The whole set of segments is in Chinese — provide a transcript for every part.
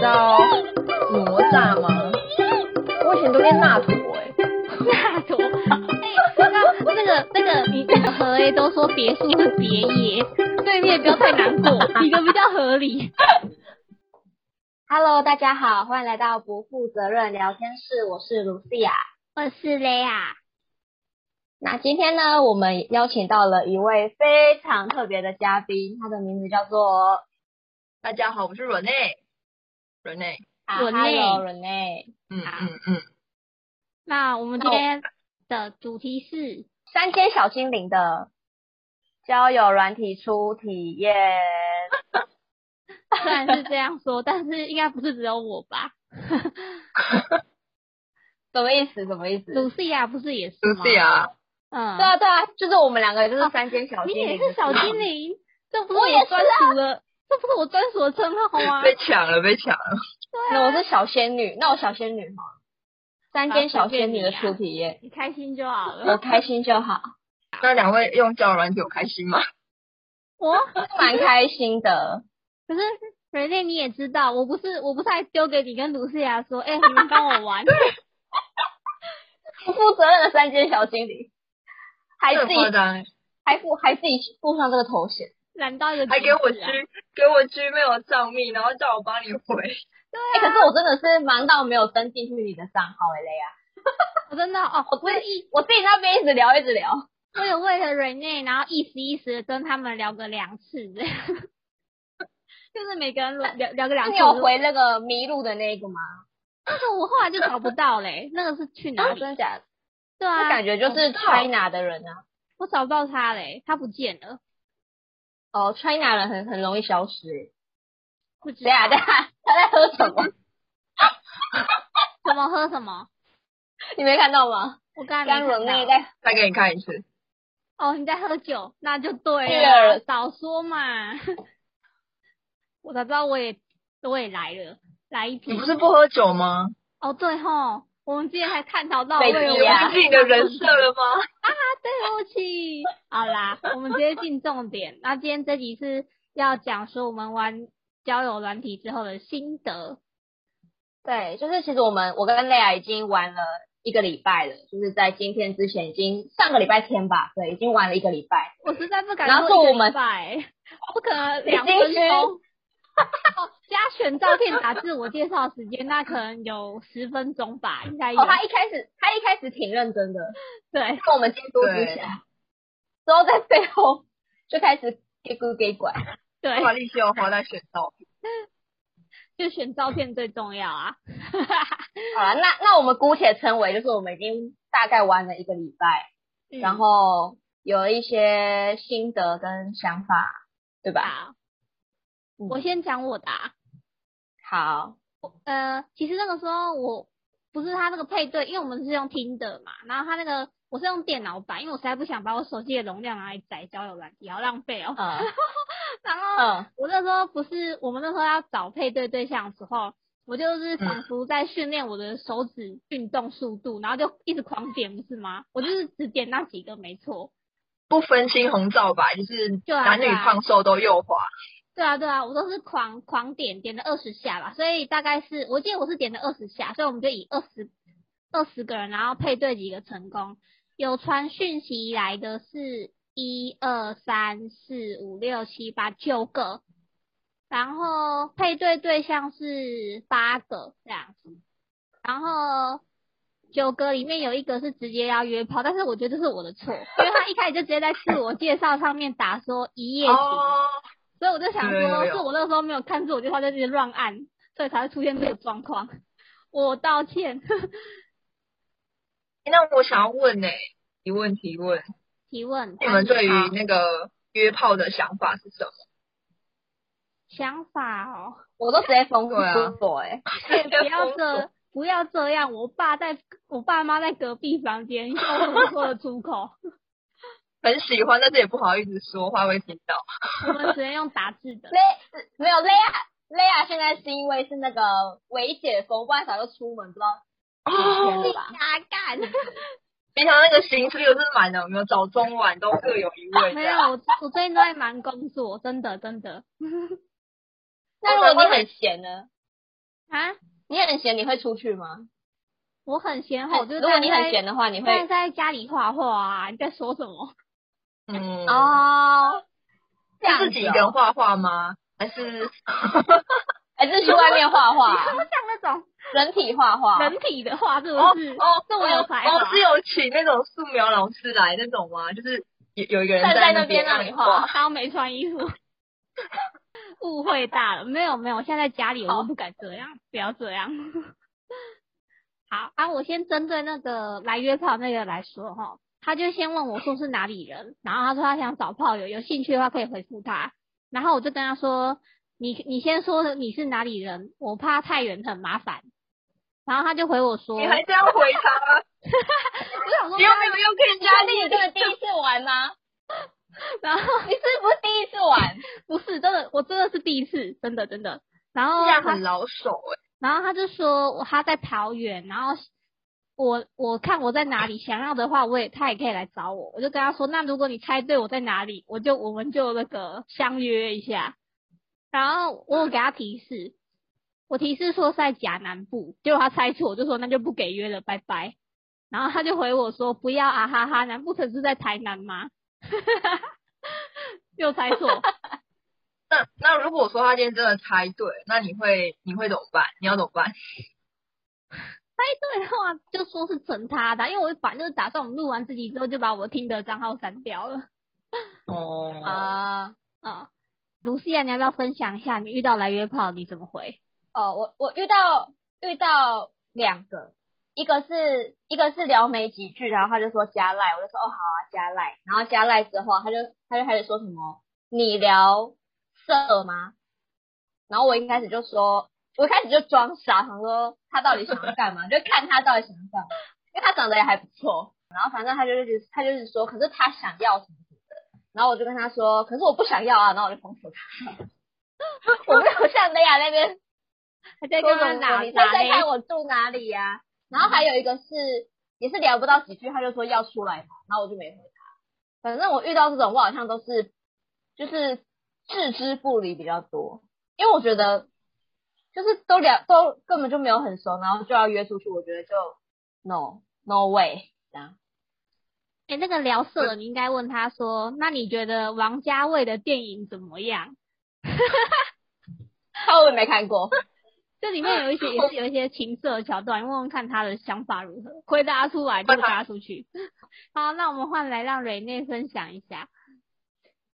道哪吒吗？我以前都念那陀哎，那坨。那那个那个，你何 A 都说别姓是别爷，对面不要太难过，你的比较合理。 Hello，大家好，欢迎来到不负责任聊天室，我是卢西亚。我是雷啊，那今天呢，我们邀请到了一位非常特别的嘉宾，他的名字叫做大家好，我是 Rene。Rene，啊 Renee Hello Rene。嗯嗯嗯，那我们今天的主题是三间小精灵的交友软体初体验，啊虽然是这样说，但是应该不是只有我吧？什么意思？什么意思？鲁西亚不是也是就吗？是，啊，嗯，对啊对啊，就是我们两个就是三间小你精灵、也是小精灵，这不是我也是啊专属的，这不是我专属的称号吗？被抢了，被抢了。啊那我是小仙女，那我小仙女好了，三间小仙女的啊初体验，你开心就好我了。开心就好，那两位用交友软体有开心吗？我蛮开心的。可是瑞内你也知道，我不是我不是还丢给你跟鲁西亚说，哎、你们帮我玩，不负责任的三间小精灵，还这自很己夸张，还附还自己附上这个头衔，懒到一个、啊、还给我 G 给我 Gmail 账密，然后叫我帮你回。哎、可是我真的是忙到没有登进去你的账号哎、雷啊！我真的哦，我自己我自己那边一直聊一直聊，我有为了瑞内，然后意思意思地跟他们聊个两次，这样 就是每个人聊聊聊个那两次你。有我就回那个迷路的那个吗？那个我后来就找不到嘞，那个是去哪啊，里？真的假的？对那啊，感觉就我是不知道 China 的人啊，我找不到他嘞，他不见了，哦，China 人很很容易消失、欸。不知对啊，道对啊， 他在喝什么？什么喝什么。你没看到吗？我刚才甘没伦内看到。在再给你看一次，哦，你在喝酒，那就对对了，早说嘛， 我早知道我也我也来了，来一你瓶不。是不喝酒吗？哦，对吼，我们之前还探讨到被为你了逼啊忘我记你的人设了吗？对不起，好啦，我们直接进重点。那今天这集是要讲说我们玩交友软体之后的心得，对，就是其实我们我跟 l e 已经玩了一个礼拜了，就是在今天之前已经上个礼拜天吧，对，已经玩了一个礼拜。我实在不敢然后说一个我们礼拜， 不可能两心分虚钟。哦 加选照片、打自我介绍时间，那可能有十分钟吧，应该有。哦，他一开始他一开始挺认真的，对，跟我们监督之下，之后在背后就开始给咕给拐。对把，力气要花在选照片。就选照片最重要啊。好了，那那我们姑且称为就是我们已经大概玩了一个礼拜，嗯然后有一些心得跟想法，对吧？吧，嗯我先讲我的、啊。好，呃，其实那个时候我不是他那个配对，因为我们是用听的嘛，然后他那个我是用电脑版，因为我实在不想把我手机的容量拿来载交友软体，好浪费哦。嗯然后嗯，我那时候不是我们那时候要找配对对象的时候，我就是仿佛在训练我的手指运动速度，然后就一直狂点，不是吗？我就是只点那几个，没错。不分青红皂白，就是对啊男女对啊胖瘦都右滑。对啊，对啊，我都是狂狂点点了二十下吧，所以大概是我记得我是点了二十下，所以我们就以二十二十个人，然后配对几个成功。有传讯息来的是一二三四五六七八九个，然后配对对象是八个这样子，然后九个里面有一个是直接要约炮，但是我觉得这是我的错，因为他一开始就直接在自我介绍上面打说一夜情。哦，所以我就想有有说，有是我那时候没有看住，我就他就一直乱按，所以才会出现这个状况。我道歉， 那我想要问呢、提问提问，提问你们对于嗯好那个约炮的想法是什么？想法 哦，我都直接封对啊锁哎，不要这不要这样，我爸在我爸妈在隔壁房间，你说我怎么说得出口？很喜欢，但是也不好意思说，怕会听到。我们只能用打字 的。没有 l e 雷亚现在是因为是那个维解封，不然早就出门，不知道哦，对吧？瞎干，平常那个行程又是满的，有没有早中晚都各有一位这没样。有，我我最近都在忙工作，真的真的。那如果你很闲呢？啊，你很闲，你会出去吗？哦我很闲吼，就是哎如果大你家很闲的话，你在会在家里画画啊，你在说什么？嗯，哦，这样是自己一个子人哦，画画吗？还是还是哎去外面画 你画说，像那种人体画画，啊人体的画是不哦是？哦，这我有才哦华是有请那种素描老师来那种吗？就是有有一个人站在那那边让让你画画，当没穿衣服， 误会大了。没有没有，我现在在家里，我都不敢这样，不要这样。 好啊，我先针对那个来约炮那个来说哈，他就先问我说是哪里人，然后他说他想找炮友，有兴趣的话可以回复他。然后我就跟他说，你你先说你是哪里人，我怕太远很麻烦。然后他就回我说，你还这样回他？我想说你又没有用跟人你确家定你这个第一次玩吗？然后 你是不是第一次玩？不是真的，我真的是第一次，真的真的。然后这样他很老手哎、然后他就说我他在桃园，然后我我看我在哪里，想要的话我也他也可以来找我。我就跟他说，那如果你猜对我在哪里，我就我们就那个相约一下。然后我有给他提示，我提示说是在甲南部，结果他猜错，我就说那就不给约了，拜拜。然后他就回我说不要啊哈哈，难不成是在台南吗？ 又猜错，那那如果说他今天真的猜对，那你会你会怎么办？你要怎么办？ 对话就说是整他的啊，因为我反正就是打算我们录完自己之后就把我听的账号删掉了 哦，啊，啊。卢西亚，你要不要分享一下你遇到来约炮你怎么回？哦，我我遇到遇到两个，一个是一个是聊没几句，然后他就说加赖，我就说哦好啊加赖，然后加赖之后他就他就开始说什么你聊色吗？然后我一开始就说，我一开始就装傻，想说他到底想要干嘛，就看他到底想要干嘛，因为他长得也还不错。然后反正他就是他就是说，可是他想要什么什么的，然后我就跟他说，可是我不想要啊，然后我就封锁他。 我没有像雷亚那边还在说跟什么他哪你哪在在看嘞？我住哪里呀、然嗯后还有一个是也是聊不到几句，他就说要出来嘛，然后我就没回他。反正我遇到这种，我好像都是就是置之不理比较多，因为我觉得就是都聊都根本就没有很熟，然后就要约出去，我觉得就 no no way 这样。哎、那个聊色的，你应该问他说，那你觉得王家卫的电影怎么样？他我也没看过，这里面 有一些也是有一些情色的桥段，你问问看他的想法如何，回答出来就答出去。 好，那我们换来让蕊内分享一下。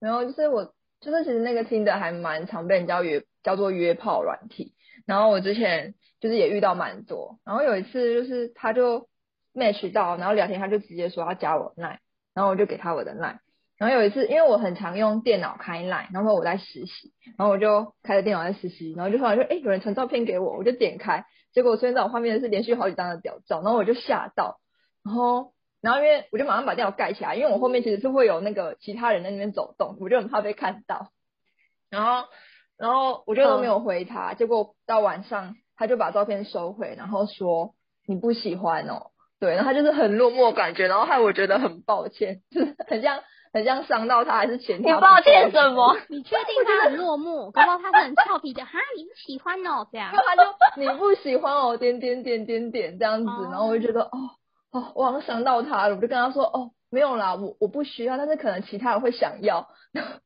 然后就是我，就是其实那个听的还蛮常被人家约叫做约炮软体。然后我之前就是也遇到蛮多，然后有一次就是他就 match 到，然后聊天他就直接说要加我 line，然后我就给他我的 line。然后有一次，因为我很常用电脑开 line，然后我在实习，然后我就开着电脑在实习，然后就突然说，哎，有人传照片给我，我就点开，结果我出现在我画面的是连续好几张的屌照，然后我就吓到，然后然后因为我就马上把电脑盖起来，因为我后面其实是会有那个其他人在那边走动，我就很怕被看到。然后，然后我就都没有回他，结果到晚上他就把照片收回，然后说你不喜欢哦，对，然后他就是很落寞的感觉，然后害我觉得很抱歉，就是很像很像伤到他，还是嫌你他不抱歉够什么？ 你确定他很落寞？搞不好他是很俏皮的，哈，你不喜欢哦，这样然。后他就 你不喜欢我点点点点点这样子，然后我就觉得哦哦，我好像伤到他了，我就跟他说哦没有啦，我我不需要，但是可能其他人会想要，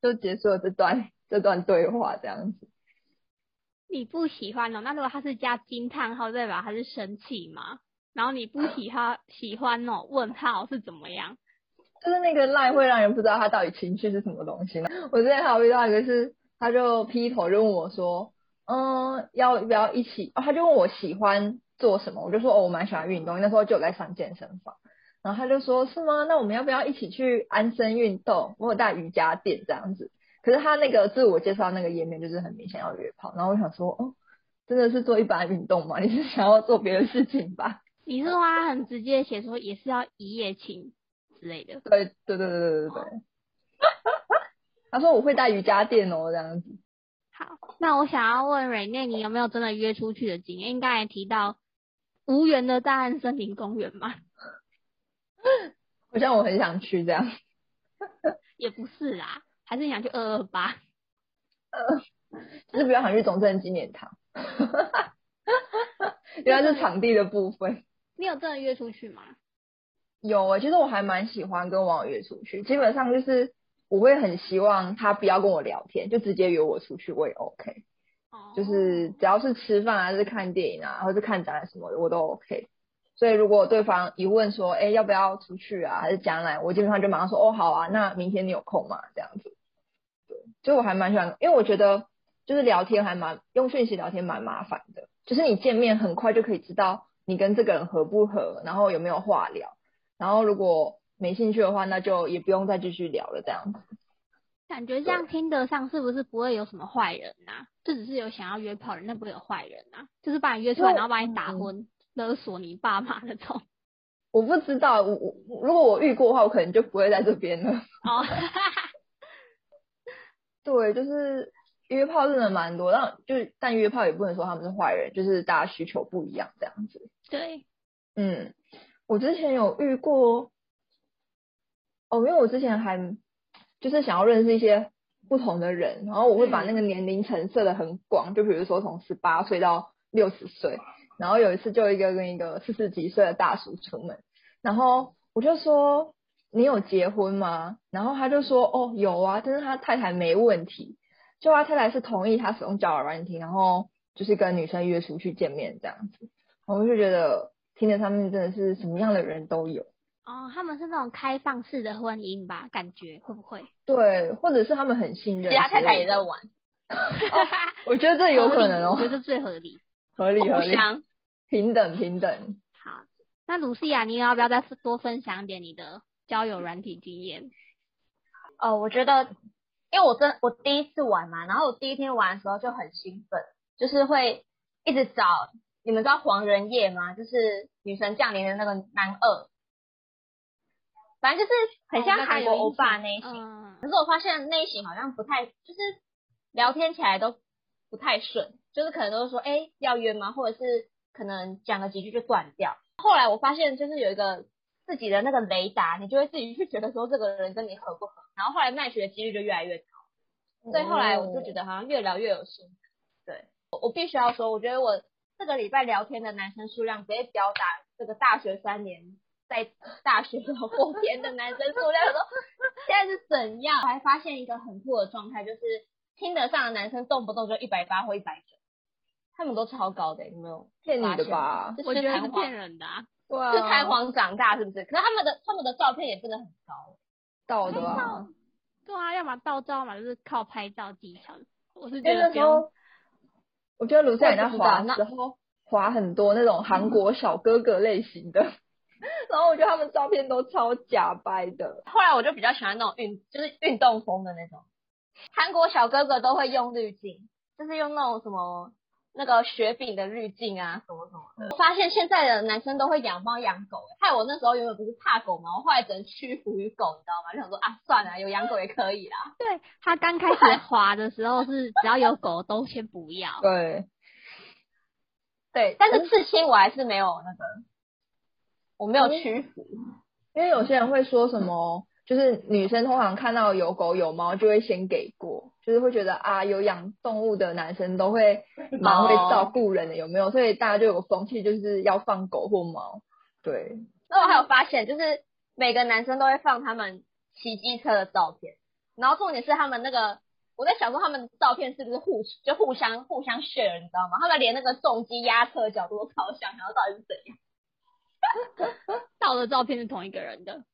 就结束了这段这段对话这样子。你不喜欢哦，那如果他是加惊叹号，代表他是生气吗？然后你不喜欢喜欢哦，问号是怎么样？就是那个赖会让人不知道他到底情绪是什么东西呢。我之前还有遇到一个是，他就劈头就问我说，嗯，要不要一起？哦、他就问我喜欢做什么，我就说哦，我蛮喜欢运动，那时候就有在上健身房。然后他就说，是吗？那我们要不要一起去安身运动？我有带瑜伽垫这样子。可是他那个自我介绍那个页面就是很明显要约炮，然后我想说，哦，真的是做一般运动吗？你是想要做别的事情吧？你是说他很直接地写说也是要一夜情之类的？对对对对对 对对。他说我会带瑜伽垫哦，这样子。好，那我想要问蕊内，你有没有真的约出去的经验？应该也提到无缘的大安森林公园嘛？好像我很想去这样。也不是啦，还是你想去二二八？就是比较想去总政纪念堂， 原来是场地的部分。你有真的约出去吗？有啊，其实我还蛮喜欢跟网友约出去，基本上就是我会很希望他不要跟我聊天，就直接约我出去，我也 OK。哦就是只要是吃饭啊，还是看电影啊，或是看展览什么的，我都 OK。所以如果对方一问说，哎、要不要出去啊，还是展览，我基本上就马上说，哦，好啊，那明天你有空吗？这样子。对，所以我还蛮喜欢，因为我觉得就是聊天还蛮用讯息聊天蛮麻烦的，就是你见面很快就可以知道你跟这个人合不合，然后有没有话聊，然后如果没兴趣的话，那就也不用再继续聊了，这样子。感觉这样听得上是不是不会有什么坏人呐、就只是有想要约炮的人，那不会有坏人呐、就是把你约出来，因为然后把你打嗯昏、勒索你爸妈那 种。我不知道，我我如果我遇过的话，我可能就不会在这边了。哦，对，就是约炮真的蛮多，但就是但约炮也不能说他们是坏人，就是大家需求不一样这样子。对，嗯，我之前有遇过，哦，因为我之前还就是想要认识一些不同的人，然后我会把那个年龄层设的很广，就比如说从十八岁到六十岁，然后有一次就一个跟一个四十几岁的大叔出门，然后我就说你有结婚吗？然后他就说哦有啊，但是他太太没问题，就他太太是同意他使用交友软体，然后就是跟女生约出去见面这样子，然后我就觉得听着上面真的是什么样的人都有，哦，他们是那种开放式的婚姻吧？感觉会不会？对，或者是他们很信任之类的，家啊太太也在玩，我觉得这有可能 合理我觉哦，得最合理。合理合互理，相平等平等。好，那卢西亚，你要不要再多分享点你的交友软体经验？呃，我觉得，因为我真我第一次玩嘛，然后我第一天玩的时候就很兴奋，就是会一直找，你们知道黄仁烨吗？就是《女神降临》的那个男二，反正就是很像韩国欧巴那一型。嗯可是我发现那一型好像不太，就是聊天起来都不太顺，就是可能都是说，哎、要约吗？或者是可能讲个几句就断掉。后来我发现，就是有一个自己的那个雷达，你就会自己去觉得说这个人跟你合不合，然后后来卖血的几率就越来越高，所以后来我就觉得好像越聊越有心。对，我我必须要说，我觉得我这个礼拜聊天的男生数量直接表达这个大学三年在大学的 后天的男生数量都现在是怎样？我还发现一个很酷的状态，就是听得上的男生动不动就一百八或一百九，他们都超高的、你们有骗你发的现吗吧？这我觉是得弹是簧骗，人的、啊。对是弹簧长大是不是？可是他们的他们的照片也不能很高，到的啊。对啊，要么照照嘛，就是靠拍照技巧。我是因为觉得那不时用候，我觉得卢我在也人家不知滑道那的时候，滑很多那种韩国小哥哥类型的， 然后我觉得他们照片都超假掰的。后来我就比较喜欢那种运，就是运动风的那种。韩国小哥哥都会用滤镜，就是用那种什么那个雪饼的滤镜啊，什么什么的。我发现现在的男生都会养猫养狗、欸害我那时候原本不是怕狗嘛，我后来只能屈服于狗，你知道吗？就想说啊，算了，有养狗也可以啊啦。对他刚开始滑的时候是只要有狗都先不要。对，对，但是刺青我还是没有那个，我没有屈服。因为有些人会说什么，就是女生通常看到有狗有猫就会先给过，就是会觉得啊，有养动物的男生都会哦蛮会照顾人的，有没有？所以大家就有风气，就是要放狗或猫。对，那我还有发现，就是每个男生都会放他们骑机车的照片，然后重点是他们那个，我在想说他们的照片是不是互就互相互相 share，你知道吗？他们连那个重机压车的角度都超像，然后到底是怎样？照的照片是同一个人的。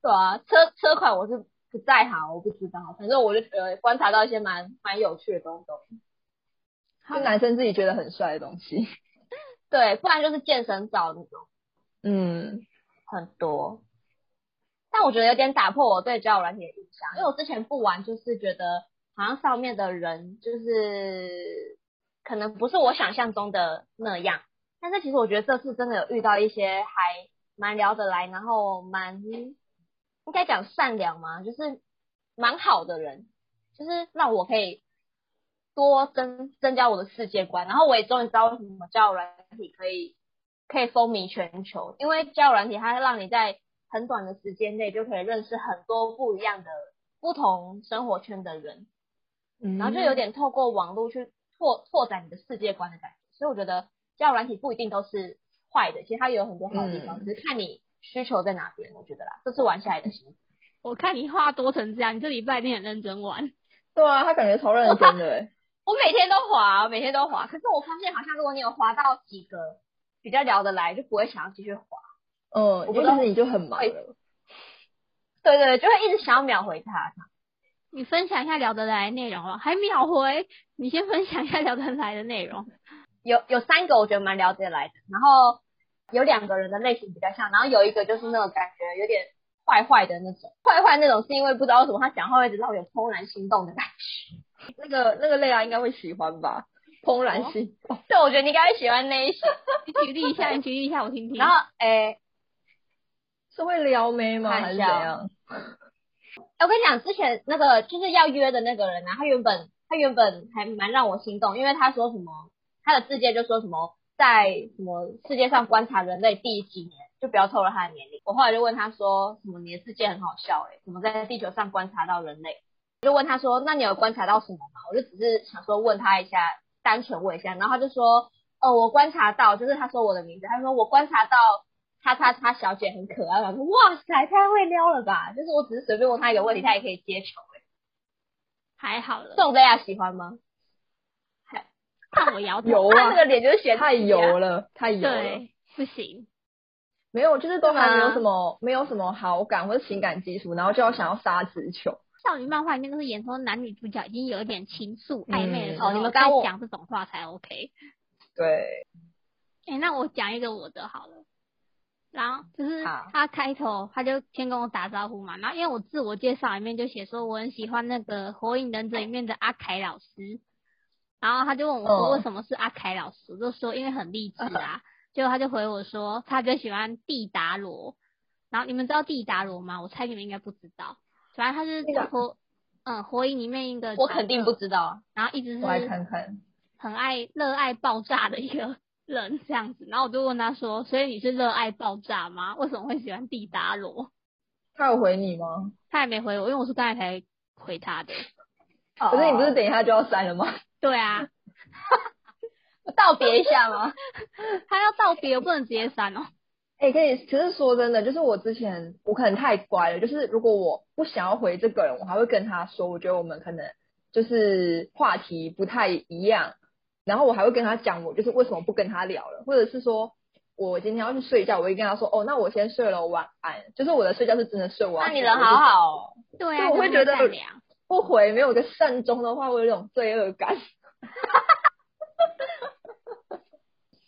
对啊，车车款我是不在行，我不知道，反正我就觉得观察到一些蛮蛮有趣的东西。就男生自己觉得很帅的东西。 对，不然就是健身照那种嗯，很多。但我觉得有点打破我对交友软体的印象，因为我之前不玩，就是觉得好像上面的人就是可能不是我想象中的那样。但是其实我觉得这次真的有遇到一些还蛮聊得来，然后蛮应该讲善良嘛，就是蛮好的人，就是让我可以多增增加我的世界观。然后我也终于知道为什么交友软体可以可以风靡全球，因为交友软体它让你在很短的时间内就可以认识很多不嗯一样的不同生活圈的人，然后就有点透过网络去拓拓展你的世界观的感觉。所以我觉得交友软体不一定都是坏的，其实它也有很多好的地方，嗯只是看你需求在哪边。我觉得啦，这是玩下来的心。我看你话多成这样，你这礼拜一定很认真玩。对啊，他感觉超认真的 欸，我每天都滑，我每天都滑，可是我发现好像如果你有滑到几个比较聊得来，就不会想要继续滑。嗯，不因为知道其实你就很忙了。对对，对就会一直想要秒回他。你分享一下聊得来的内容哦，还秒回。你先分享一下聊得来的内容。有有三个我觉得蛮了解来的，然后有两个人的类型比较像，然后有一个就是那种感觉有点坏坏的那种，坏坏那种是因为不知道为什么他讲话会一直让我有怦然心动的感那个那个类啊，应该会喜欢吧？怦然心动觉。 对，我觉得你应该会喜欢那一型。你举例一下，你举例一下，我听听。然后诶，是会撩妹吗？看一还是怎下哦样？哎我跟你讲，之前那个就是要约的那个人啊，他原本他原本还蛮让我心动，因为他说什么他的世界就说什么在什么世界上观察人类第几年，就不要透露他的年龄。我后来就问他说，什么你的世界很好笑诶、欸，怎么在地球上观察到人类？我就问他说，那你有观察到什么吗？我就只是想说问他一下，单纯问一下，然后他就说，哦，我观察到，就是他说我的名字，他说我观察到。叉叉叉小姐很可爱，我想说哇塞，太会撩了吧！就是我只是随便问他一个问题，他也可以接球、欸。还好了这，种大家喜欢吗？看我摇头。油他那啊，个脸就是嫌太啊油了，太油了。对，不行。没有，就是都还没有吗什么没有什么好感或者情感基础，然后就要想要杀直球。少女漫画里面都是演说男女主角已经有一点情愫暧昧的时候，哦你们再刚问我讲这种话才 OK。对，哎、那我讲一个我的好了。然后就是好他开头他就先跟我打招呼嘛，然后因为我自我介绍里面就写说我很喜欢那个《火影忍者》里面的阿凯老师，然后他就问我说嗯为什么是阿凯老师，我就说因为很励志啊，结果他就回我说他就喜欢蒂达罗，然后你们知道蒂达罗吗？我猜你们应该不知道，反正他是那个火嗯火影里面一个我肯定不知道啊。然后一直是我来看看。很爱热爱爆炸的一个人这样子， 然后我就问他说：“所以你是热爱爆炸吗？为什么会喜欢蒂达罗他有回你吗？？”他也没回我，因为我是刚才才回他的。可可是你啊哦不是等一下就要删了吗？对啊， 道别一下吗？他要道别，我不能直接删哦。哎、可以。可是说真的，就是我之前我可能太乖了，就是如果我不想要回这个人，我还会跟他说，我觉得我们可能就是话题不太一样，然后我还会跟他讲我就是为什么不跟他聊了，或者是说我今天要去睡觉，我会跟他说哦，那我先睡了，晚安。就是我的睡觉是真的睡那晚安。你人好好哦。对对啊，我会就觉是得善良。不回没有个善终的话，我有一种罪恶感。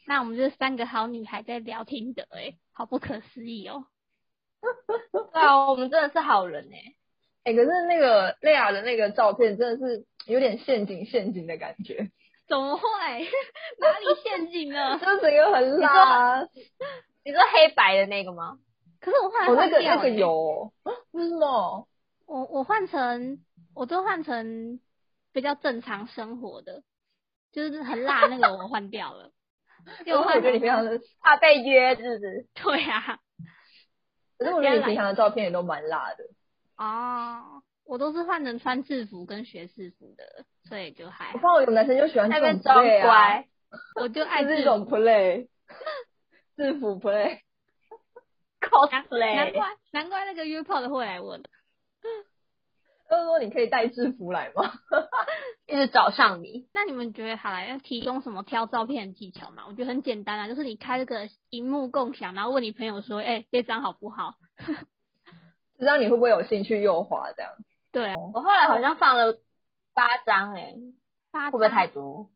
那我们这三个好女孩在聊天的、欸，好不可思议哦。对啊，我们真的是好人哎、哎、可是那个蕾亚的那个照片真的是有点陷阱陷阱的感觉， 怎么会？ 哪里陷阱啊了？就整个很辣。啊你说黑白的那个吗？可是我后来我、哦那换掉、个欸那个有 哦、啊为什么？我我换成我都换成比较正常生活的，就是很辣那个我换掉了。因为我换觉得你平常的，怕被约是不是？对啊，可是我觉得你平常的照片也都蛮辣的。哦，我都是换成穿制服跟学制服的，所以就我还 好看我有男生就喜欢在那这边种装 play 啊，乖。我就爱就制是服这种 play，制服 play。啊 难难 cosplay，怪难怪那个约炮的会来问，他说你可以带制服来吗？ 一直找上你，那你们觉得好了，要提供什么挑照片的技巧吗？我觉得很简单啊，就是你开这个荧幕共享，然后问你朋友说，哎、这张好不好？不知道你会不会有兴趣右滑这样？对，啊我后来好像放了八张哎、会会不会太多？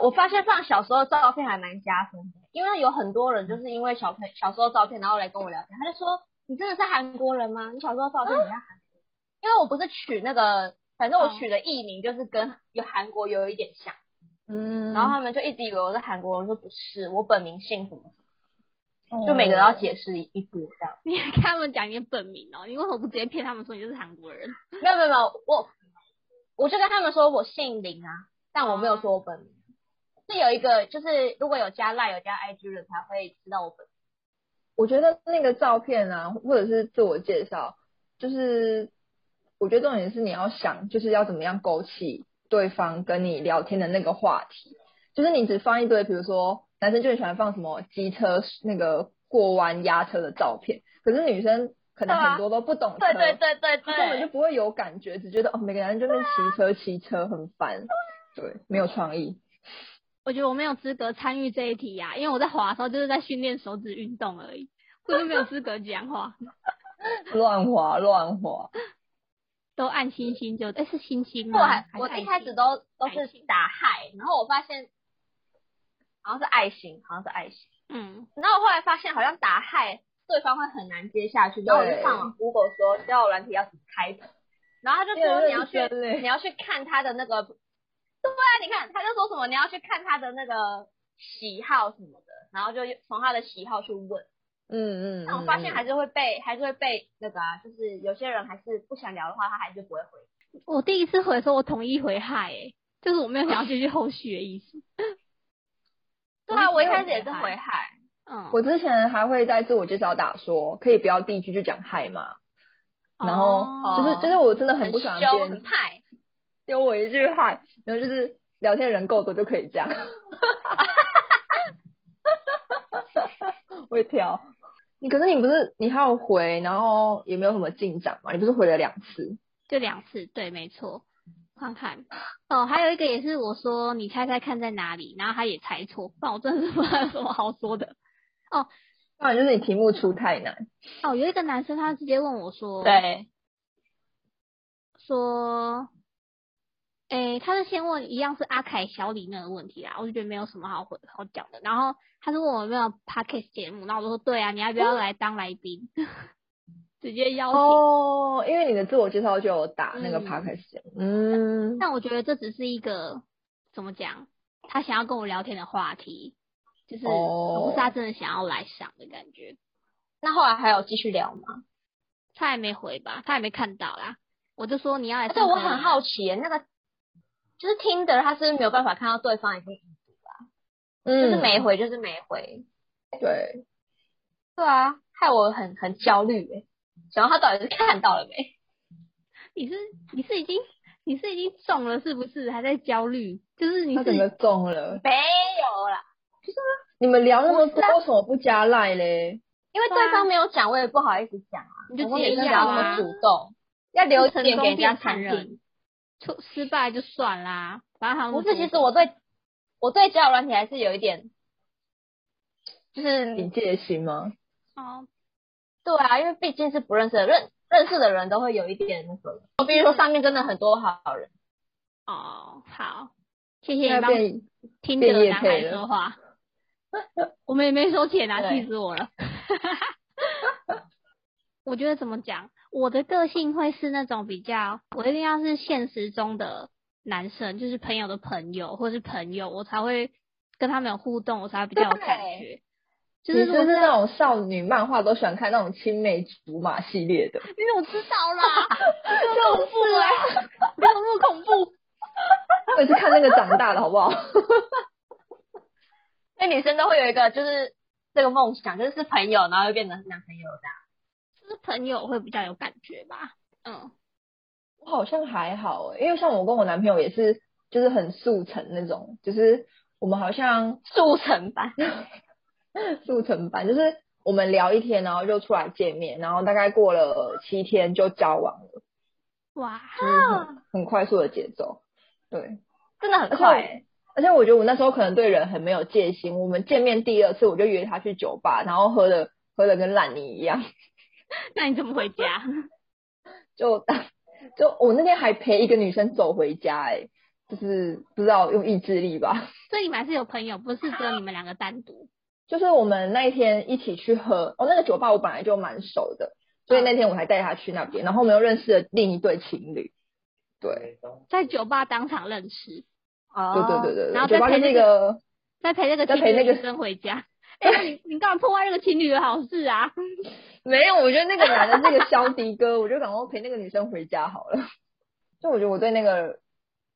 我发现放小时候照片还蛮加分的，因为有很多人就是因为小朋小时候照片，然后来跟我聊天，他就说你真的是韩国人吗？你小时候照片很像韩国人，因为我不是取那个，反正我取的艺名就是跟有韩国有一点像，嗯然后他们就一直以为我是韩国人，我说不是，我本名姓什么，他就每个都要解释一波这样。你还跟他们讲你的本名哦，你为什么不直接骗他们说你就是韩国人？没有没有没有，我我就跟他们说我姓林啊，但我没有说我本名。是有一个，就是如果有加赖有加 IG 的才会知道我本名。我觉得那个照片啊，或者是自我介绍，就是我觉得重点是你要想，就是要怎么样勾起对方跟你聊天的那个话题，就是你只放一堆，比如说男生就很喜欢放什么机车那个过弯压车的照片，可是女生可对能啊很多都不懂车，对对对对对，啊根本就不会有感觉，只觉得哦每个男生就在骑车骑车很烦，对，没有创意。我觉得我没有资格参与这一题呀、因为我在滑的时候就是在训练手指运动而已，我就没有资格讲话。乱滑乱滑，都按星星就，哎、是星星我吗？还是我爱一开心始都都爱是心打嗨，然后我发现好像是爱心，好像是爱心。嗯，然后我后来发现好像打嗨对方会很难接下去，然后我就对上网 Google 说交友软体要怎么开头，然后他就说你要去你去，要去看他的那个，对啊，你看他就说什么你要去看他的那个喜好什么的，然后就从他的喜好去问。嗯嗯，但我发现还嗯是会被还是会被那个啊，就是有些人还是不想聊的话，他还是不会回。我第一次回的时候，我统一回嗨、欸，就是我没有想要继续后续的意思。对啊，我一没有开始也是嗨回嗨，嗯，我之前还会在自我介绍打说，可以不要第一句就讲嗨吗？然后哦就是就是我真的很不喜欢别凶很人派，丢我一句嗨，然后就是聊天人够多就可以这样。 会挑你，可是你不是你还有回，然后也没有什么进展嘛？你不是回了两次？就两次，对，没错。看看哦，还有一个也是我说你猜猜看在哪里，然后他也猜错，不然我真的是不知道有什么好说的。不然就是你题目出太难。哦，有一个男生他直接问我说，，对，说，诶、他是先问一样是阿凯小李那个问题啦，啊我就觉得没有什么好回好讲的。然后他是问我有没有 podcast 节目，然后我就说对啊，你要不要来当来宾？ 直接邀请。哦，因为你的自我介绍就有打那个嗯 podcast，嗯，但我觉得这只是一个怎么讲，他想要跟我聊天的话题，就是而不哦是他真的想要来上的感觉。那后来还有继续聊吗？他也没回吧，他也没看到啦。我就说你要来而上且课啊吗，啊我很好奇耶，那个就是听的，他是没有办法看到对方已经就嗯是没回，就是没回。对，对啊，害我很很焦虑耶，想要他到底是看到了没？你是你是已经你是已经中了是不是？还在焦虑？就是你他是整个中了。没有啦，你们聊那么不多，是啊为什么不加赖嘞？因为对方啊没有讲，我也不好意思讲啊。你就我直也接不要要那啊么，主动，要留一成点功给人家变成产人品。出失败就算啦，反正他不们是，其实我对我对交友软体还是有一点，就是警戒心吗？哦，对啊，因为毕竟是不认识的认认识的人都会有一点那个。我比如说上面真的很多好人，哦，好，谢谢那你帮变听变这个业男配孩了说话。我们也没收钱啊，对气死我了。我觉得怎么讲，我的个性会是那种比较，我一定要是现实中的男生，就是朋友的朋友或是朋友，我才会跟他们有互动，我才会比较有感对你觉。就是是不如果是那那种少女漫画都喜欢看那种青梅竹马系列 的？因为我知道啦，就是啊，没有那么恐怖。我也是看那个长大的，好不好？那女生都会有一个就是这个梦想，就是是朋友，然后又变成男朋友的。就是朋友会比较有感觉吧。嗯，我好像还好欸，因为像我跟我男朋友也是，就是很速成那种，就是我们好像 速成版，速成班，就是我们聊一天，然后就出来见面，然后大概过了七天就交往了，哇，就是啊很很快速的节奏。对，真的很快、欸。而且我觉得我那时候可能对人很没有戒心，我们见面第二次我就约他去酒吧，然后喝的喝的跟烂泥一样。那你怎么回家？ 就 就我那天还陪一个女生走回家、欸，就是不知道用意志力吧。所以你们还是有朋友，不是只有你们两个单独。就是我们那一天一起去喝，哦，那个酒吧我本来就蛮熟的，所以那天我还带她去那边，然后我们又认识了另一对情侣。对，在酒吧当场认识，哦对对对对然对，后酒吧再陪就是那一个，再陪那个再情陪侣那的个女生回 家。哎、你你干嘛破坏那个情侣的好事啊？没有，我觉得那个男的是个肖迪哥，我就赶快陪那个女生回家好了。就我觉得我对那个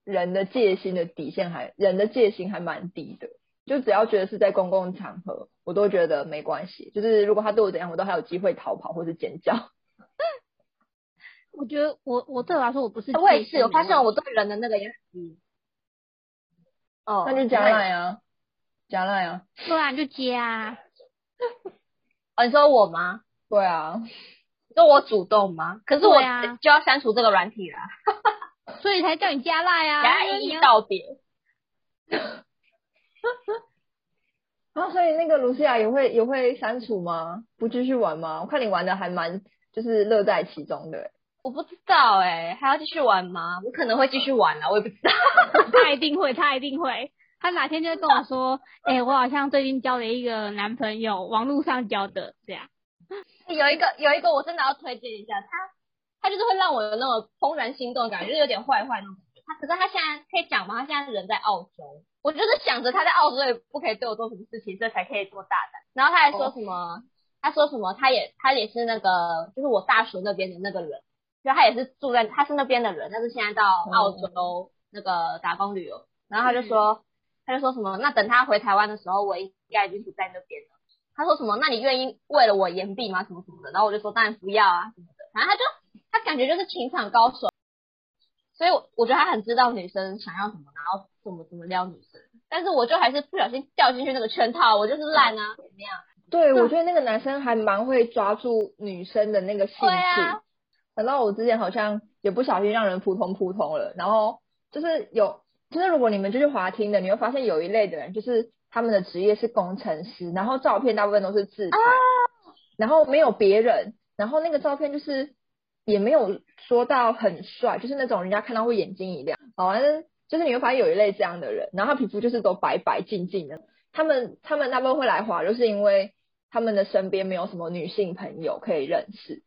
人的戒心的底线还，人的戒心还蛮低的，就只要觉得是在公共场合，我都觉得没关系。就是如果他对我怎样，我都还有机会逃跑或是尖叫。我觉得我我对我来说我不是，我也是，我发嗯现我对人的那个也很低。哦，那就加赖啊，加赖啊，不然就接啊，哦，你说我吗？对啊，你说我主动吗？可是我对啊就要删除这个软体啦，所以才叫你加赖啊，给它因为一你一要道别。啊，所以那个卢西亚也会也会删除吗？不继续玩吗？我看你玩的还蛮就是乐在其中的欸、我不知道哎、还要继续玩吗？我可能会继续玩啊啦，我也不知道。他一定会，他一定会。他哪天就会跟我说：“哎、我好像最近交了一个男朋友，网络上交的，这样。有一个有一个我真的要推荐一下，他他就是会让我有那种怦然心动的感觉，就是有点坏坏那种感觉。他可是他现在可以讲吗？他现在人在澳洲，我就是想着他在澳洲也不可以对我做什么事情，这才可以做大胆。然后他还说什么？他说什么？他也他也是那个，就是我大学那边的那个人，就他也是住在他是那边的人，但是现在到澳洲那个打工旅游。然后他就说他就说什么？那等他回台湾的时候，我应该已经不在那边了。他说什么？那你愿意为了我延毕吗？什么什么的。然后我就说当然不要啊什么的。反正他就他感觉就是情场高手，所以我我觉得他很知道女生想要什么，然后怎么怎么撩女生。但是我就还是不小心掉进去那个圈套，我就是烂啊，怎么样？对，对我觉得那个男生还蛮会抓住女生的那个兴对啊趣。想到我之前好像也不小心让人扑通扑通了，然后就是有，就是如果你们就去滑听的，你会发现有一类的人，就是他们的职业是工程师，然后照片大部分都是自拍，啊然后没有别人，然后那个照片就是也没有说到很帅，就是那种人家看到会眼睛一亮。好，反正就是你会发现有一类这样的人，然后他皮肤就是都白白净净的。他们他们大部分会来华，就是因为他们的身边没有什么女性朋友可以认识。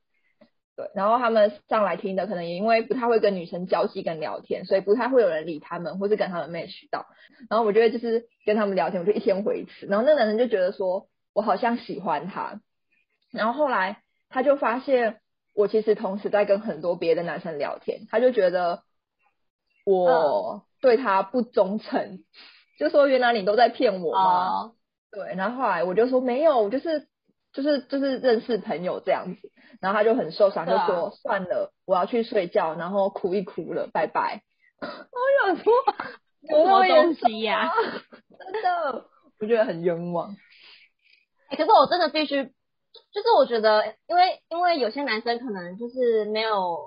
对，然后他们上来听的，可能也因为不太会跟女生交际跟聊天，所以不太会有人理他们，或是跟他们 match 到。然后我就会就是跟他们聊天，我就一天回一次。然后那男人就觉得说我好像喜欢他，然后后来他就发现我其实同时在跟很多别的男生聊天，他就觉得我对他不忠诚，就说原来你都在骗我吗？哦，对，然后后来我就说没有，我就是就是就是认识朋友这样子，然后他就很受伤，就对啊说、算了，我要去睡觉，然后哭一哭了，拜拜。 我 想说，什么我也东西呀、真的，我觉得很冤枉。欸可是我真的必须，就是我觉得，因为因为有些男生可能就是没有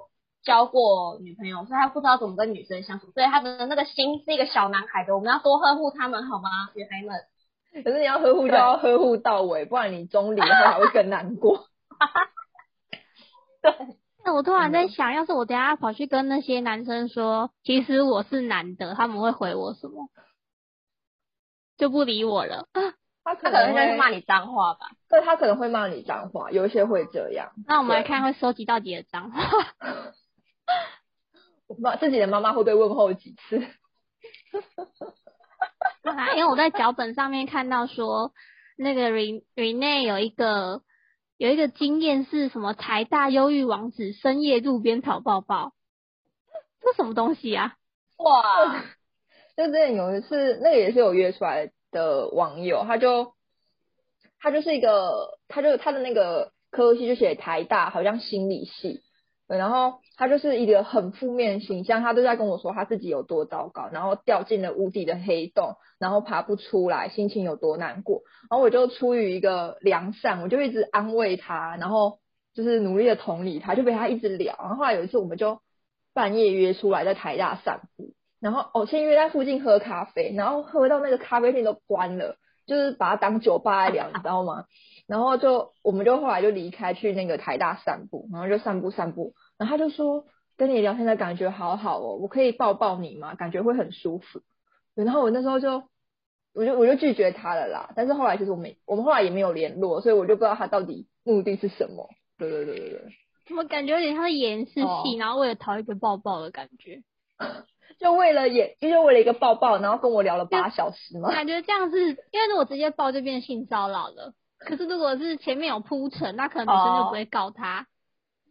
交过女朋友，所以他不知道怎么跟女生相处，所以他的那个心是一个小男孩的，我们要多呵护他们好吗，女孩们？可是你要呵护就要呵护到位，不然你中离的话还会更难过。 那我突然嗯在想，要是我等一下跑去跟那些男生说，其实我是男的，他们会回我什么？就不理我了。他他可可能能就是会骂你脏话吧。对他可能会骂你脏话，有一些会这样。那我们来对看会收集到几个脏话。我不知道自己的妈妈会被问候几次。 啊，因为我在脚本上面看到说，那个 Re Rene 有一个有一个经验是什么？台大忧郁王子深夜路边讨抱抱，这什么东西啊？哇，就之前有一次，那个也是有约出来的网友，他就他就是一个，他就他的那个科系就写台大，好像心理系，对然后他就是一个很负面形象，他都在跟我说他自己有多糟糕，然后掉进了无底的黑洞，然后爬不出来，心情有多难过。然后我就出于一个良善，我就一直安慰他，然后就是努力的同理他，就被他一直聊。然后后来有一次，我们就半夜约出来在台大散步，然后哦，先约在附近喝咖啡，然后喝到那个咖啡店都关了，就是把它当酒吧来聊，你知道吗？ 然后就我们就后来就离开去那个台大散步，然后就散步散步，然后他就说跟你聊天的感觉好好哦，我可以抱抱你吗？感觉会很舒服。对然后我那时候就我就我就拒绝他了啦，但是后来其实我们我们后来也没有联络，所以我就不知道他到底目的是什么。对对对对对，怎么感觉有点像是演示戏，哦然后为了讨一个抱抱的感觉？就为了也就为了一个抱抱，然后跟我聊了八小时嘛。感觉这样是因为如果直接抱就变性骚扰了，可是如果是前面有铺陈，那可能女生就不会告他。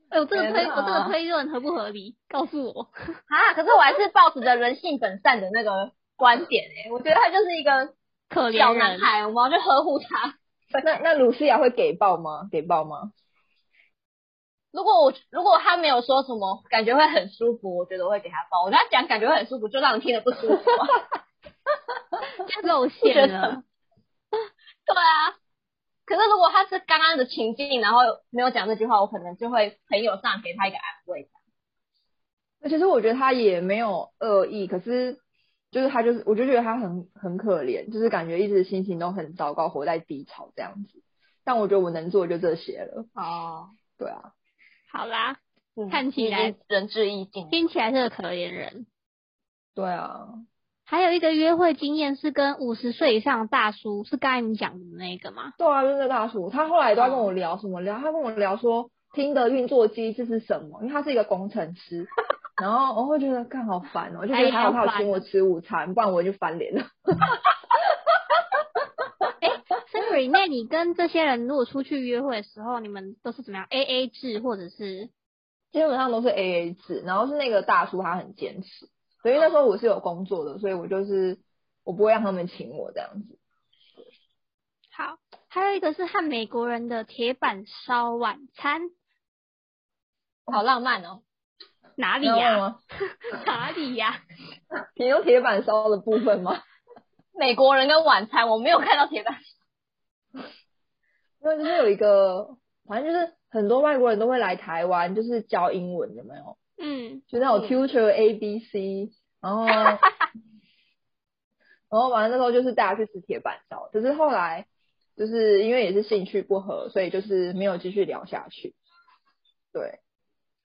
哎、我这个推天哪我这个推论合不合理？告诉我。啊！可是我还是抱持着人性本善的那个观点哎、我觉得他就是一个可小怜男人，孩，我们要去呵护他。那那鲁西亚会给抱吗？给抱吗？如果我如果他没有说什么，感觉会很舒服，我觉得我会给他包。我跟他讲感觉会很舒服，就让人听得不舒服、 啊。太露馅了。对啊，可是如果他是刚刚的情境，然后没有讲这句话，我可能就会朋友上给他一个安慰。其实我觉得他也没有恶意，可是就是他就是，我就觉得他很很可怜，就是感觉一直心情都很糟糕，活在低潮这样子。但我觉得我能做的就这些了。哦，对啊， 好啦，嗯看起来已经仁至义尽。听起来是个可怜人。对啊，还有一个约会经验是跟五十岁以上的大叔，是刚才你讲的那 个吗？对啊，就是那大叔，他后来都要跟我聊什么聊，他跟我聊说听的运作机制是什么，因为他是一个工程师。 然后我会觉得干好烦哦，就觉得还好他有请我吃午餐，不然我就翻脸了。所以，那你跟这些人如果出去约会的时候，你们都是怎么样？A A 制，或者是基本上都是 A A 制，然后是那个大叔他很坚持，所以那时候我是有工作的，所以我就是我不会让他们请我这样子。好，还有一个是和美国人的铁板烧晚餐，好浪漫哦！哪里你呀、吗？ 哪里呀、你用铁板烧的部分吗？美国人跟晚餐，我没有看到铁板烧。因为就是有一个，反正就是很多外国人都会来台湾，就是教英文，有没有？嗯，就那嗯种 tutor A B C，然 后，然后完了那时候就是大家去吃铁板烧，可是后来就是因为也是兴趣不合，所以就是没有继续聊下去。对，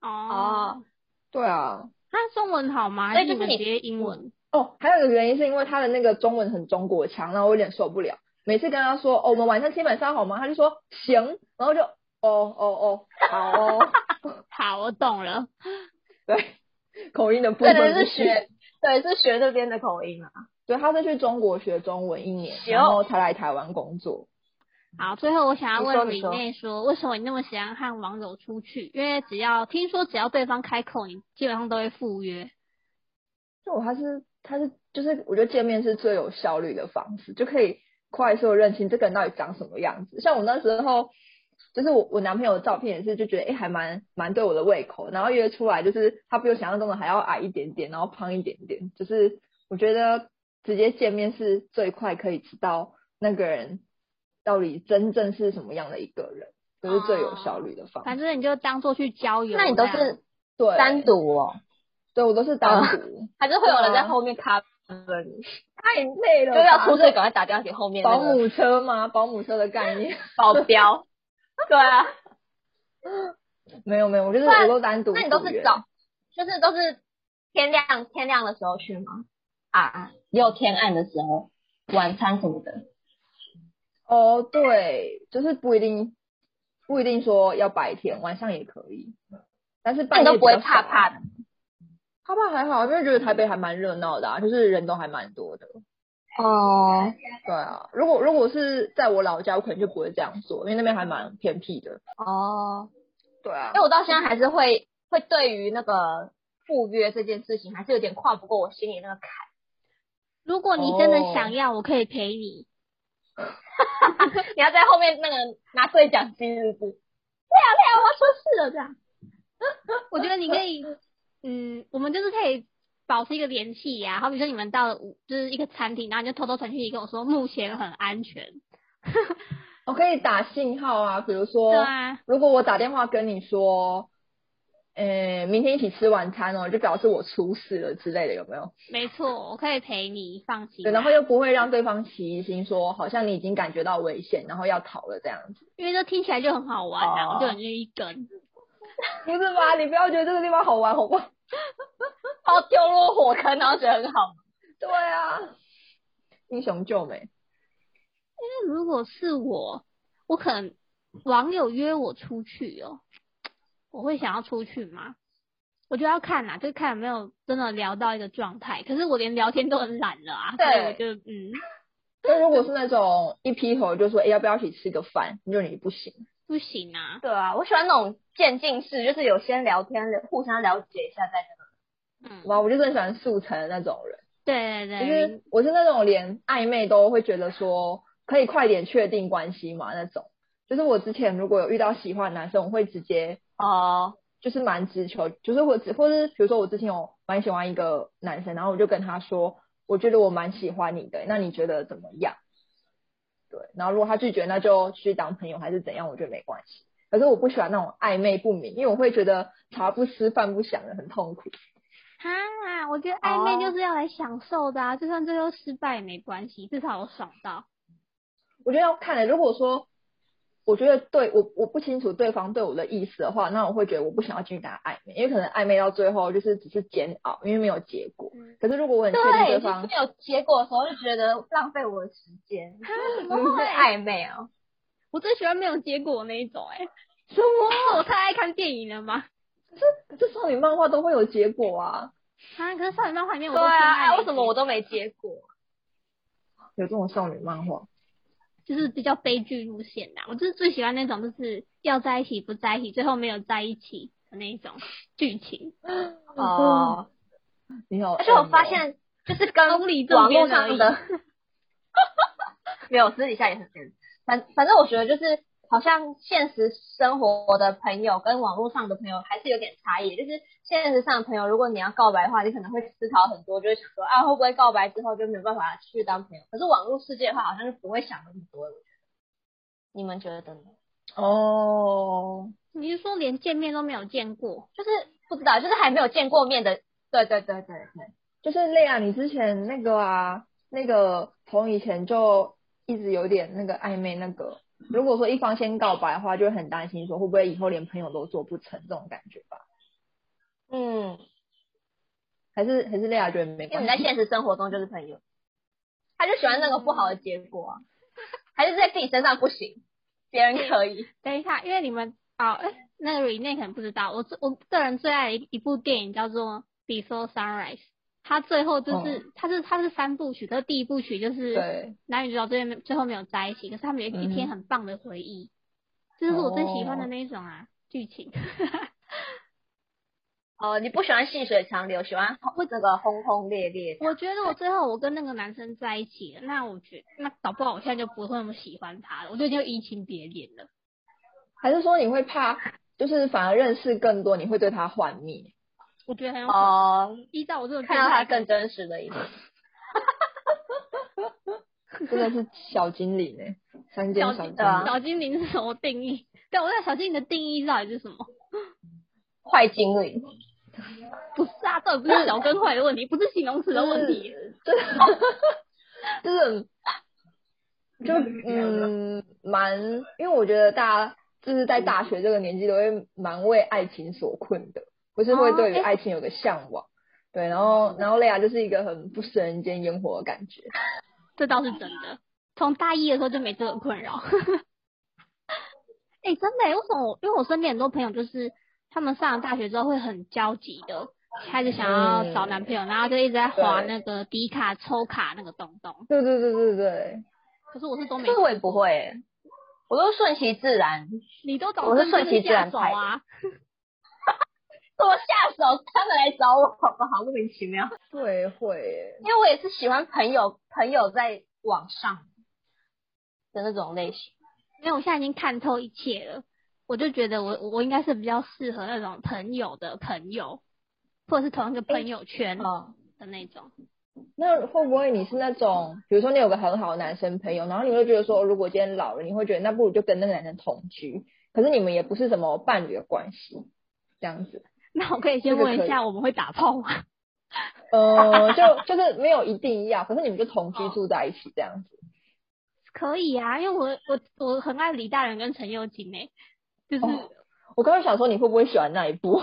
哦，对啊，他中文好吗？所还以就是是们你直接英文？哦，还有一个原因是因为他的那个中文很中国腔，然后我有点受不了。每次跟他说哦，我们晚上七点上好吗？他就说行，然后就哦哦哦，好哦， 好，我懂了。对，口音的部对分对，不是学，对是学这边的口音啊。对，他是去中国学中文一年，行然后才来台湾工作。好，最后我想要你说问你你说妹说，为什么你那么喜欢和网友出去？因为只要听说只要对方开口，你基本上都会赴约。就我他是他是就是我觉得见面是最有效率的方式，就可以快速地认清这个人到底长什么样子。像我那时候，就是我我男朋友的照片也是，就觉得哎、诶还蛮蛮对我的胃口，然后约出来就是他比我想象中的还要矮一点点，然后胖一点点，就是我觉得直接见面是最快可以知道那个人到底真正是什么样的一个人，就是最有效率的方式。反正你就当做去交友这那样。你都是对，哦单独哦，对我都是单独。还是会有人对啊在后面 cover 你？太累了就吧，要出事，赶快打电话给后面那保个姆车吗？保姆车的概念保 镖。对啊， 没有没有，我就是不然我都单独。那你都是早， 就是都是天亮天亮的时候去吗？啊，也有天暗的时候，晚餐什么的。哦，对，就是不一定不一定说要白天，晚上也可以，但是那半你夜都不会比较少怕怕的？怕怕还好，因为觉得台北还蛮热闹的啊，就是人都还蛮多的。哦对啊，如果如果是在我老家，我可能就不会这样做，因为那边还蛮偏僻的。哦，对啊因为，我到现在还是会会对于那个赴约这件事情，还是有点跨不过我心里那个坎。如果你真的哦想要，我可以陪你。你要在后面那个拿对讲机，是不是？对啊对啊，我要说是了这样。我觉得你可以，嗯，我们就是可以保持一个联系呀、好比说你们到了五就是一个餐厅，然后你就偷偷传讯息跟我说目前很安全。我可以打信号啊，比如哦对说啊，如果我打电话跟你说，呃，明天一起吃晚餐哦，就表示我出事了之类的，有没有？没错，我可以陪你，放心啊。对，然后又不会让对方起疑心，说好像你已经感觉到危险，然后要逃了这样子，因为这听起来就很好玩啊，哦我就很愿意跟。不是吧？你不要觉得这个地方好玩， 好不好？然后丢入火坑，然后觉得很好玩。对啊，英雄救美，但如果是我，我可能网友约我出去哦，我会想要出去吗？我就要看啦、就看有没有真的聊到一个状态。可是我连聊天都很懒了啊，所以我就嗯那如果是那种一劈头就说，哎、要不要一起吃个饭？你就你不行，不行啊。对啊，我喜欢那种渐进式，就是有先聊天，互相了解一下再那个。嗯，哇，我就是很喜欢速成的那种人，对对对，就是我是那种连暧昧都会觉得说可以快点确定关系嘛那种。就是我之前如果有遇到喜欢的男生，我会直接哦，就是蛮直球，就是我只或是比如说我之前有蛮喜欢一个男生，然后我就跟他说，我觉得我蛮喜欢你的，那你觉得怎么样？对，然后如果他拒绝，那就去当朋友还是怎样，我觉得没关系。可是我不喜欢那种暧昧不明，因为我会觉得茶不思饭不想的，很痛苦。哈，我觉得暧哦昧就是要来享受的啊，就算最后失败也没关系，至少我爽到。我觉得要看欸的、如果说我觉得对我我不清楚对方对我的意思的话，那我会觉得我不想要继续跟他暧昧，因为可能暧昧到最后就是只是煎熬，因为没有结果。嗯可是如果我很确定对，对就是方，没有结果的时候就觉得浪费我的时 间，哈，怎你么是会？暧昧哦。我最喜欢没有结果那一种、欸，哎， 什么？我太爱看电影了吗？这少女漫画都会有结果啊，啊，可是少女漫画里面我对都偏啊，爱哎，美为什么剧我都没结果？有这种少女漫画。就是比较悲剧路线呐、我就是最喜欢那种，就是要在一起不在一起，最后没有在一起的那一种剧情。哦，你好，而且我发，现就是跟都理这网边络而上已的， 没有私底下也很认真反反正我觉得就是好像现实生活的朋友跟网络上的朋友还是有点差异。就是现实上的朋友，如果你要告白的话，你可能会思考很多，就会想说啊会不会告白之后就没有办法去当朋友。可是网络世界的话，好像就不会想那么多。我觉得你们觉得呢？哦，你是说连见面都没有见过？就是不知道，就是还没有见过面的。对对对对对，就是累啊，你之前那个啊，那个从以前就一直有点那个暧昧那个。如果说一方先告白的话，就会很担心说会不会以后连朋友都做不成这种感觉吧？嗯，还是还是累啊，觉得没因为关你系在。现实生活中就是朋友，他就喜欢那个不好的结果啊，还是在自己身上不行，别人可以。等一下，因为你们哦，哎那个 Rene 可能不知道，我最我个人最爱的一一部电影叫做《Before Sunrise》，它最后就是、它是它是三部曲，可是第一部曲就是哦对，男女主角最后没最后没有在一起，可是他们有一一嗯篇哼很棒的回忆，这就是我最喜欢的那一种啊剧情。 哦，你不喜欢细水长流，喜欢不那个轰轰烈烈的。我觉得我最后我跟那个男生在一起了，那我觉那搞不好我现在就不会那么喜欢他了，我就已经移情别恋了。还是说你会怕，就是反而认识更多，你会对他幻灭？我觉得很有可能，哦，依照我这种看到他变更态真实的一面。真的是小精灵呢、三间小小精精灵。啊小精灵是什么定义？对，我在小精灵的定义到底是什么？坏精灵，不是啊，这不嗯是小跟坏的问题，不是形容词的问题。就是很就嗯蛮，因为我觉得大家就是在大学这个年纪都会蛮为爱情所困的，不是会哦对于诶爱情有个向往。对，然后然后雷亚就是一个很不食人间烟火的感觉。 这倒是真的。从大一的时候就没这个困扰。 哎、真的、欸，为什么我？因为我身边很多朋友就是他们上了大学之后会很焦急的，开始想嗯要找男朋友，然后就一直在划对那个迪卡抽卡那个东东。对对对对对，可是我是都没这，个我也不会欸，我都顺其自然。你都找我是真正顺其的自然下手派的啊。怎么下手？他们来找我，好不好？莫名其妙。对会耶因为我也是喜欢朋友朋友在网上的那种类型。因为我现在已经看透一切了，我就觉得我我应该是比较适合那种朋友的朋友，或者是同一个朋友圈哦，的那种。 那会不会你是那种，比如说你有个很好的男生朋友，然后你会觉得说，如果今天老了，你会觉得那不如就跟那个男生同居，可是你们也不是什么伴侣的关系，这样子。那我可以先这个问可一以下，我们会打炮吗？呃，就就是没有一定要，可是你们就同居住在一起这样子。可以啊，因为我我我很爱李大人跟陈幼卿诶、就是、哦我刚刚想说你会不会喜欢那一部？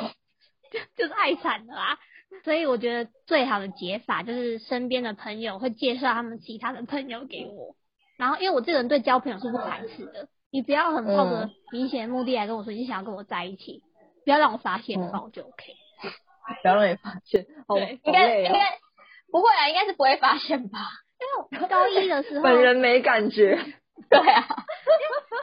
就是爱惨的啦。所以我觉得最好的解法就是身边的朋友会介绍他们其他的朋友给我，然后因为我这个人对交朋友是不排斥的，你只要很抱着嗯明显的目的来跟我说你想要跟我在一起，不要让我发现的话，我就 OK。不要让你发现，好好对应该累应哦。该不会啊，应该是不会发现吧？因为高一的时嗯候，本人没感觉，对啊，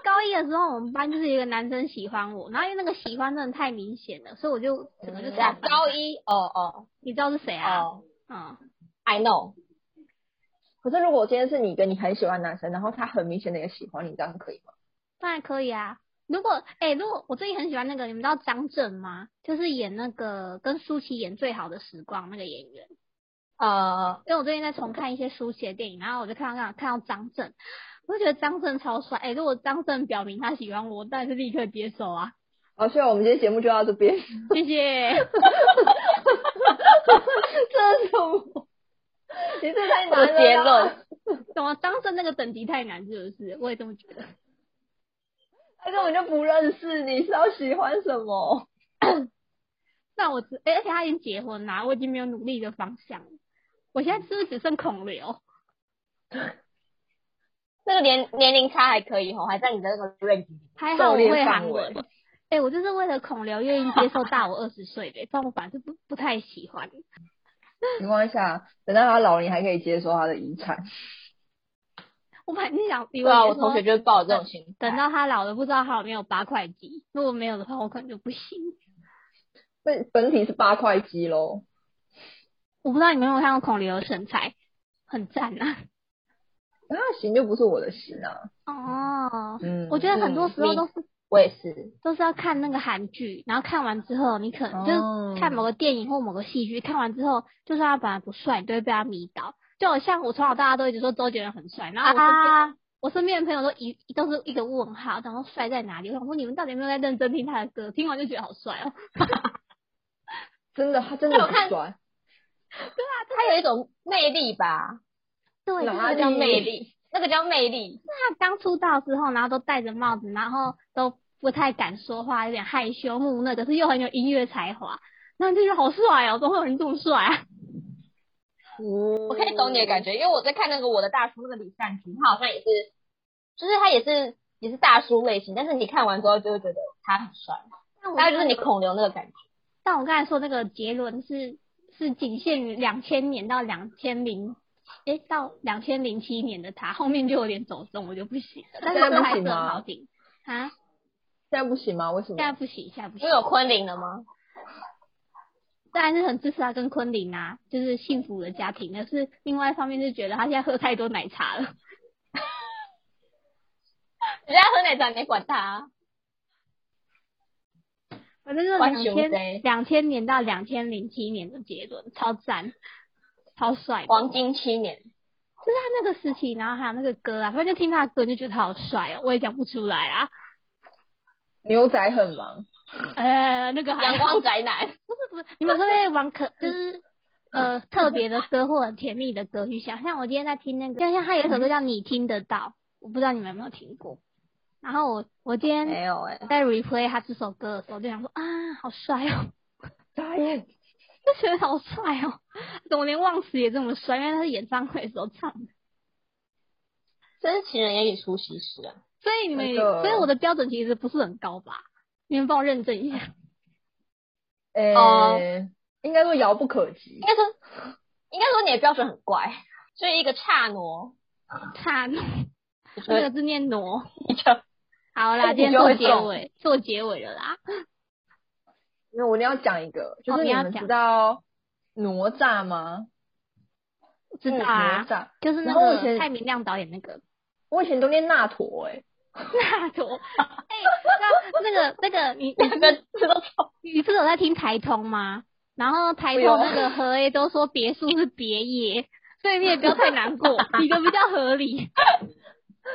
高一的时候我们班就是有一个男生喜欢我，然后因为那个喜欢真的太明显了，所以我就整个就嗯对啊，高一哦哦你知道是谁啊？哦嗯。 ，I know，可是如果今天是你跟你很喜欢的男生，然后他很明显的也喜欢你，这样可以吗？当然可以啊，如果哎、如果我最近很喜欢那个，你们知道张震吗？就是演那个跟舒淇演《最好的时光》那个演员。 呃，因为我最近在重看一些舒淇的电影，然后我就看到看到看到张震，我就觉得张震超帅。哎、如果张震表明他喜欢我，我当然是立刻接受啊！好，所以我们今天节目就到这边。 谢谢。 这是什么？你这太难我了的啦。结论，怎么张震那个等级太难是不是？我也这么觉得。他根本就不认识你，是要喜欢什么？那我只哎、而且他已经结婚啦，我已经没有努力的方向了。我现在是不是只剩孔刘？那个年年龄差还可以吼，还在你的那个 range 里。还好我狩会猎韩范围文。 哎、我就是为了孔刘愿意接受大我二十岁的，不然我反正不不太喜欢。情况下，等到他老了，你还可以接受他的遗产。我本来就想以为对啊，你我说同学就是抱着这种心态。等到他老了，不知道他有没有八块肌。如果没有的话，我可能就不行。那本体是八块肌喽。我不知道你们有没有看过孔刘的身材，很赞啊！那型就不是我的型啊。 哦，嗯，我觉得很多时候嗯都是我也是，都是要看那个韩剧，然后看完之后，你可能哦就是看某个电影或某个戏剧，看完之后，就算他本来不帅，你都会被他迷倒。就好像我从小到大都一直说周杰伦很帅，然后我身边、啊我身边的朋友都一都是一个问号，然后帅在哪里？我想说你们到底有没有在认真听他的歌？听完就觉得好帅哦。真的，他真的我看很帅。他有一种魅力吧，对，就是那哪那个里叫魅力，那个叫魅力。他刚出道之后，然后都戴着帽子，然后都不太敢说话，有点害羞木讷，可是又很有音乐才华，那就觉得好帅哦，怎么会有人这么帅啊？我可以懂你的感觉，因为我在看那个《我的大叔》那个李善均，他好像也是，就是他也是也是大叔类型，但是你看完之后就会觉得他很帅，嗯但我大概就是觉你得孔刘那个感觉。但我刚才说那个杰伦是是仅限于两千年到两千零，诶，到两千零七年的他，后面就有点走中，我就不行了。但是现在不还是行很吗嗯好听啊，现在不行吗？为什现在么？不行，现在不就行。有昆凌了吗？当然是很支持他跟昆凌啊，就是幸福的家庭。可是另外一方面是觉得他现在喝太多奶茶了，人家喝奶茶你没管他啊、反正嗯就是关两雄千贼两千年到两千零七年的杰伦，超赞，超帅的。黄金七年，就是他那个时期，然后还有那个歌啊，反正就听他的歌你就觉得他好帅哦，我也讲不出来啊。牛仔很忙， 呃，那个还阳好光宅 男， 不是，你们会不会玩可就是呃特别的歌或很甜蜜的歌去想？像我今天在听那个，像像他有一首歌叫《你听得到》，我不知道你们有没有听过。然后我我今天有欸哎、在 replay 他这首歌的时候，就想说啊，好帅哦， 眨眼。就觉得好帅哦，怎么连忘词也这么帅？因为他是演唱会的时候唱的。真是情人眼里出西施啊！所以你们，那个所以我的标准其实不是很高吧？你们帮我认证一下。诶、哦应该说遥不可及应。该说，应该说你的标准很怪，所以一个差挪，差， 你就那个字念挪。你就好啦，你今天就做会结中尾，做结尾了啦。因为我一定要讲一个，就哦是你你要们讲知道哪吒吗？知道啊哪，吒。就是那然后我以个前蔡明亮导演那个 我以前都念那陀诶、大头，哎、那那个那个你 两个字都错。你你不是有在听台通吗？然后台通有那个何 A 都说别墅是别业，所以你也不要太 难过，你的比较合理，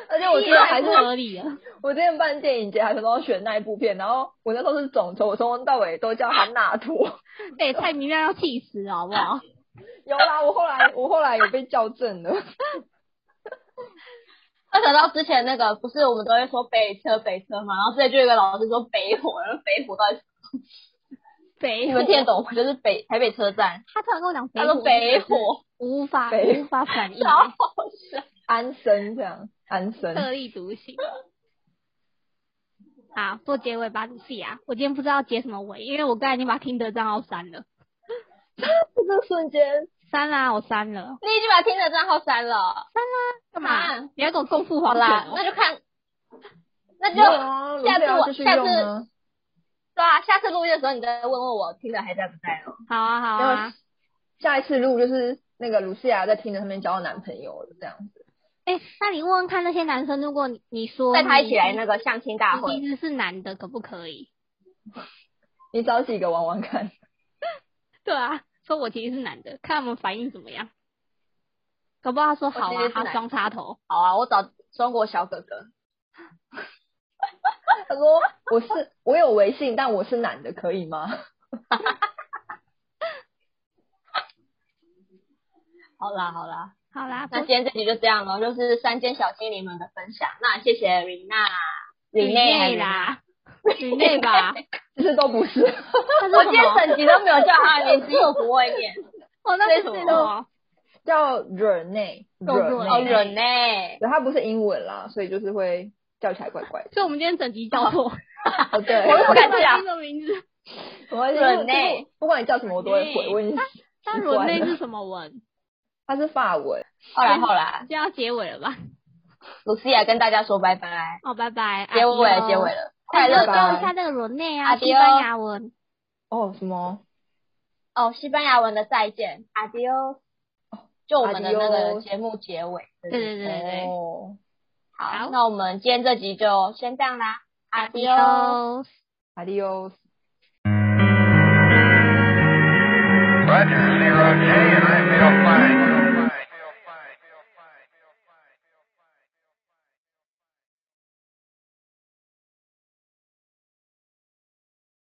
而且我你记也得还是不合理了。我之前办电影节，还是都要选那一部片，然后我那时候是总筹，我从头到尾都叫他那陀。哎、蔡明亮要气死好 不好？有啦，我后来我后来有被校正了。我想到之前那个，不是我们都会说北车北车嘛，然后之前就有一个老师说北火，然后北火到底是北你火们听得懂吗？就是北台北车站，他突然跟我讲北他火说，北火，我无法北无法 反应、超好笑。安生这样，安特嗯生。立独行。好，做结尾吧，自己啊！我今天不知道结什么尾，因为我刚才已经把听的账号删了，这个瞬间，删啦、啊我删了，你已经把听的账号删了，干啊嘛？你要跟我共赴好黄啦泉，那哦？就看，那就没有啊，下次卢贝我要继续下用次啊。对啊，下次录音的时候你再问问我听的还在不在哦了。好啊，好啊，下一次录就是那个卢西亚在听着他们交到男朋友了，这样子。哎、那你问问看那些男生，如果你哦你说带他一起来个那个相亲大你会，其实是男的，可不可以？你找几个玩玩看， 对啊，说我其实是男的，看他们反应怎么样。搞不好他说好其啊实，是他男双插头，好啊，我找中国小哥 哥，他说我是我有微信，但我是男的，可以吗？ 好啦好啦，好啦，那不今天这集就这样咯，就是三间小精灵们的分享，那谢谢瑞娜，女瑞内还内是啦， 女内吧，其实都不是，他是我什今天么？整集都没有叫他的名字，因为我不会 念。我那这是是什什么么？叫 Rene 动作哦，哦 Rene，忍呢？它不是英文啦，所以就是会叫起来怪怪的。所以我们今天整集叫错， 哦，对，我我 不敢讲这个名字。我会忍就是耐不管你叫什么，我都会回问你。那奇轮怪内了是什么文？它是法文，后来后来，就要结尾了吧？露西亚跟大家说拜拜，哦，拜拜，结尾阿迪了哦结尾。了，快那乐你要教吧一下那个轮内啊，阿迪西哦班牙文。哦，什么？哦，西班牙文的再见，adios，就我们的那个 adios 节目结尾。对对对对对对。哦，好好，那我们今天这集就先这样啦，adios。哦 Adios。 Adios。 Roger, zero J, and I feel fine.